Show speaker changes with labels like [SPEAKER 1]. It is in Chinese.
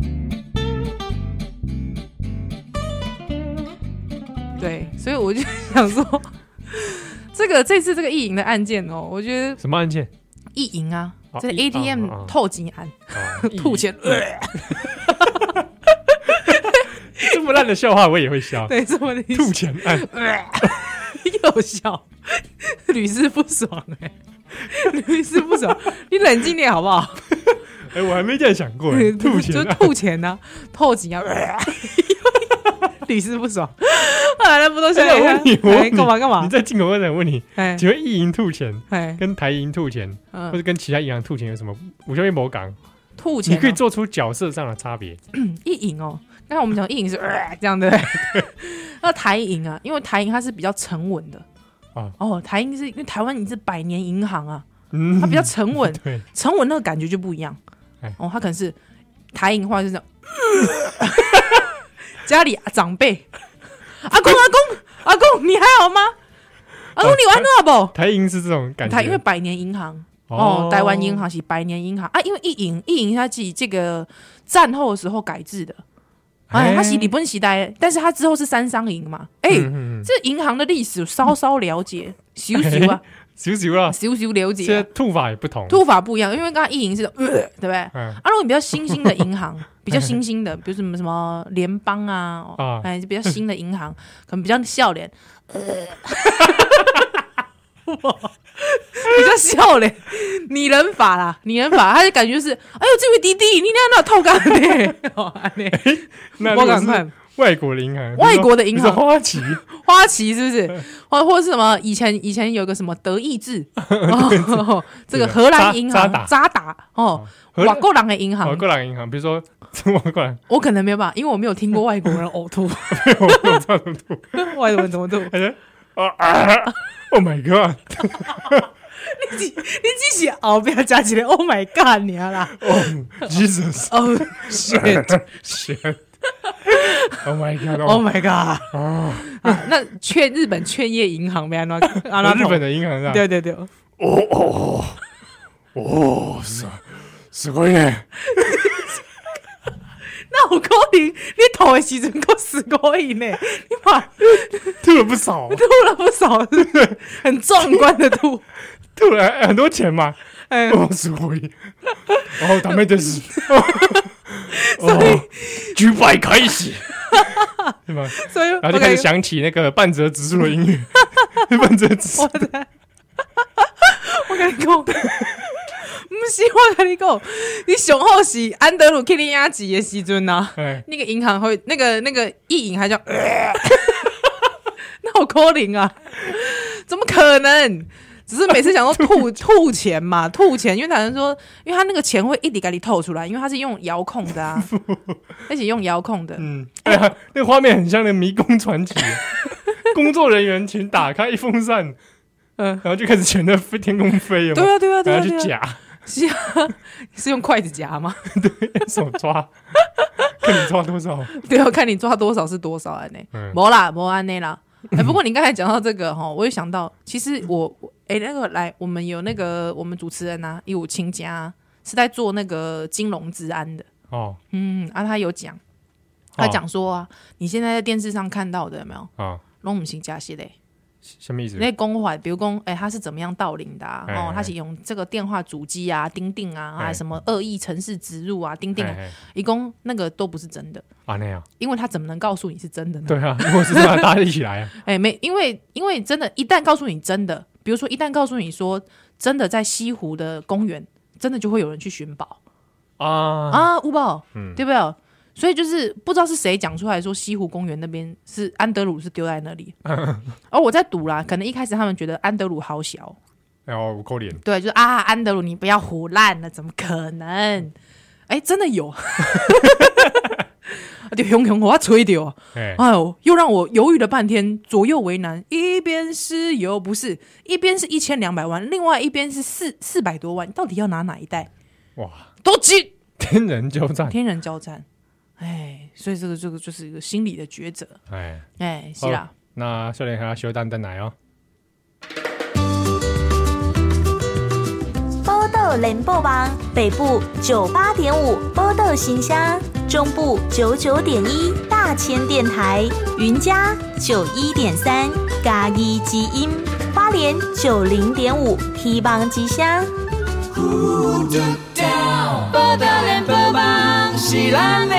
[SPEAKER 1] 嗯
[SPEAKER 2] 对，所以我就 想说，这个这次这个意淫的案件哦，我觉得
[SPEAKER 1] 什么案件？
[SPEAKER 2] 意淫啊，
[SPEAKER 1] 哦
[SPEAKER 2] 这是
[SPEAKER 1] 意淫
[SPEAKER 2] ADM
[SPEAKER 1] 啊啊啊
[SPEAKER 2] 透镜案，
[SPEAKER 1] 啊
[SPEAKER 2] 吐钱，
[SPEAKER 1] 这么烂的笑话我也会笑，
[SPEAKER 2] 对，这么的意思
[SPEAKER 1] 吐钱案。
[SPEAKER 2] 又笑， 屡试不爽哎、屡试不爽，你冷静点好不好？
[SPEAKER 1] 哎，我还没这样想过，哎吐钱
[SPEAKER 2] 就
[SPEAKER 1] 案。
[SPEAKER 2] 吐钱呢、透几啊， 屡试不爽。 后来那不都想
[SPEAKER 1] 哎我问你，我问
[SPEAKER 2] 哎干嘛干嘛
[SPEAKER 1] 你？在进口问想问你，
[SPEAKER 2] 哎
[SPEAKER 1] 请问意银吐钱
[SPEAKER 2] 哎，
[SPEAKER 1] 跟台银吐钱，或
[SPEAKER 2] 嗯，
[SPEAKER 1] 者跟其他银行吐钱有什么？我就会某港，
[SPEAKER 2] 吐钱
[SPEAKER 1] 你
[SPEAKER 2] 啊、
[SPEAKER 1] 可以做出角色上的差别。
[SPEAKER 2] 意淫哦。刚才我们 讲意淫是、呃、这样的， 对不对那台银啊，因为台银它是比较沉稳的。
[SPEAKER 1] 啊
[SPEAKER 2] 哦，台银是因为台湾你是百年银行啊，
[SPEAKER 1] 嗯
[SPEAKER 2] 它比较沉稳，
[SPEAKER 1] 对，
[SPEAKER 2] 沉稳那个感觉就不一样
[SPEAKER 1] 哎。
[SPEAKER 2] 哦，他可能是台影话就是这样， 家里长 辈，阿公阿公阿公，你还好吗？阿公
[SPEAKER 1] 哦
[SPEAKER 2] 你有安诺不？
[SPEAKER 1] 台银是这种感觉。
[SPEAKER 2] 台因为百年银行哦，台湾银行是百年银行啊，因为一银一银它自己这个战后的时候改制的，哎，它是日本时代的，但是它之后是三商银嘛，哎，
[SPEAKER 1] 嗯，嗯嗯嗯
[SPEAKER 2] 这银行的历史稍稍了解，小 小啊，
[SPEAKER 1] 少少哎啦，
[SPEAKER 2] 小小了
[SPEAKER 1] 现在
[SPEAKER 2] 解啊，
[SPEAKER 1] 吐法也不同。
[SPEAKER 2] 吐法不一样，因为刚刚一银是呃，对不对？
[SPEAKER 1] 嗯，
[SPEAKER 2] 啊，如果你比较新兴的银 行，比较新兴的，比如什么什么联邦啊，
[SPEAKER 1] 啊
[SPEAKER 2] 哦哎，比较新的银行，可能比较笑 脸，比较笑脸，拟人法啦，拟人法，他就感觉就是，哎呦，这位弟弟，你那那套干 呢？ 哦，安呢
[SPEAKER 1] 那
[SPEAKER 2] 我
[SPEAKER 1] 如果
[SPEAKER 2] 赶
[SPEAKER 1] 是
[SPEAKER 2] 快，
[SPEAKER 1] 外国的银行，
[SPEAKER 2] 外国的银行
[SPEAKER 1] 比如说花旗，
[SPEAKER 2] 花旗是不是？或或是什么？以前以前有个什么德意 志，哦，这个荷兰银
[SPEAKER 1] 渣
[SPEAKER 2] 行
[SPEAKER 1] 打
[SPEAKER 2] 渣打哦，
[SPEAKER 1] 荷
[SPEAKER 2] 瓦
[SPEAKER 1] 兰
[SPEAKER 2] 够人的银
[SPEAKER 1] 外
[SPEAKER 2] 行，
[SPEAKER 1] 国哦人银行，比如说 外国人，
[SPEAKER 2] 我可能没有办法，因为我没有听过外国人呕吐。
[SPEAKER 1] 我我操，
[SPEAKER 2] 外国人怎么 吐？你
[SPEAKER 1] 他说啊 啊，Oh my God，
[SPEAKER 2] 只是后边加一个 Oh my God 你啦！
[SPEAKER 1] 哦，Jesus，
[SPEAKER 2] 哦 shit，Oh
[SPEAKER 1] shit，Oh my 哦 God，Oh
[SPEAKER 2] Oh my God！
[SPEAKER 1] 啊，
[SPEAKER 2] 啊，那劝日本劝业银行没安 那安
[SPEAKER 1] 哦
[SPEAKER 2] 啊那
[SPEAKER 1] 日本的银行是吧？
[SPEAKER 2] 对对对，
[SPEAKER 1] 哦，是すごいね。
[SPEAKER 2] 那有可能你投的时阵够十个亿呢，你妈
[SPEAKER 1] 吐了不少，
[SPEAKER 2] 吐了不 少，是不是很壮观的吐。
[SPEAKER 1] 吐了哎很多钱嘛。
[SPEAKER 2] 哎，
[SPEAKER 1] 哦，すごい。哦，ダメ です。
[SPEAKER 2] 所以
[SPEAKER 1] 举牌开 始，对吧？
[SPEAKER 2] 所以
[SPEAKER 1] 然后
[SPEAKER 2] 我
[SPEAKER 1] 就开
[SPEAKER 2] 感
[SPEAKER 1] 始
[SPEAKER 2] 觉
[SPEAKER 1] 响起那个半泽直树的音乐， 半泽直树
[SPEAKER 2] 我在，我跟你讲，不是我跟你讲，你上好是安德鲁去你亚吉的时阵呐。
[SPEAKER 1] 哎，
[SPEAKER 2] 那个银行会那个那个意银还叫， 那我 calling 啊，怎么可能？只是每次想说 吐吐钱嘛，吐钱，因为他人说，因为他那个钱会一滴给你透出来，因为他是用遥控的啊，而且用遥 控的，
[SPEAKER 1] 嗯，哎呀，那个画面很像那《迷宫 传奇》。工作人员请打开一风扇，
[SPEAKER 2] 嗯，
[SPEAKER 1] 然后就开始全在飞天空飞，有没
[SPEAKER 2] 对
[SPEAKER 1] 有？
[SPEAKER 2] 啊，对啊，对
[SPEAKER 1] 然
[SPEAKER 2] 啊，
[SPEAKER 1] 后去
[SPEAKER 2] 对啊，
[SPEAKER 1] 夹，
[SPEAKER 2] 是啊， 是用筷子夹吗？
[SPEAKER 1] 手抓，看你抓多少。
[SPEAKER 2] 对啊，看你抓多少是多少安呢？
[SPEAKER 1] 嗯，
[SPEAKER 2] 没啦，没安内啦。哎、不过你刚才讲到这个哈，我也想到，其实我我哎、那个来，我们有那个我们主持人啊，一五亲家啊、是在做那个金融治安的，
[SPEAKER 1] 哦，
[SPEAKER 2] 嗯啊，他有讲，他讲说啊，你现在在电视上看到的有没有，
[SPEAKER 1] 啊，
[SPEAKER 2] 拢唔是假戏嘞，
[SPEAKER 1] 什么意思？
[SPEAKER 2] 那公话，比如讲，哎、他是怎么样盗领的啊？
[SPEAKER 1] 哎
[SPEAKER 2] 哦
[SPEAKER 1] 哎，
[SPEAKER 2] 他是用这个电话主机啊、钉钉啊，
[SPEAKER 1] 哎
[SPEAKER 2] 啊什么恶意城市植入啊、钉钉啊，
[SPEAKER 1] 哎哎
[SPEAKER 2] 一共那个都不是真的，
[SPEAKER 1] 啊那样，
[SPEAKER 2] 因为他怎么能告诉你是真的呢？
[SPEAKER 1] 对啊，如果是这样，大家一起来啊，
[SPEAKER 2] 哎、没，因为因为真的，一旦告诉你真的，比如说一旦告诉你说真的在西湖的公园，真的就会有人去寻宝、
[SPEAKER 1] 啊
[SPEAKER 2] 啊，五宝，
[SPEAKER 1] 嗯
[SPEAKER 2] 对不对？所以就是不知道是谁讲出来说西湖公园那边是安德鲁是丢在那里，而我在赌啦，可能一开始他们觉得安德鲁好小，
[SPEAKER 1] 然后我扣脸，
[SPEAKER 2] 对，就是啊，安德鲁你不要胡烂了，怎么可能？哎、真的有， 就熊熊我吹掉。
[SPEAKER 1] 哎，
[SPEAKER 2] 哎呦，又让我犹豫了半天，左右为难。一边是又不是，一边是一千两百万，另外一边是四四百多万，到底要拿哪一代？
[SPEAKER 1] 哇，
[SPEAKER 2] 都急，
[SPEAKER 1] 天人交战，
[SPEAKER 2] 天人交战。哎，所以这个这个就是一个心理的抉择。
[SPEAKER 1] 哎，
[SPEAKER 2] 哎，是啦，
[SPEAKER 1] 那笑脸还要修蛋蛋来哦，
[SPEAKER 3] 波豆联播网北部九八点五波豆新乡，中部九九点一大大千电台云家九一点三嘎一基因花莲九零点五 T 邦吉祥。
[SPEAKER 4] 报道连播网是咱的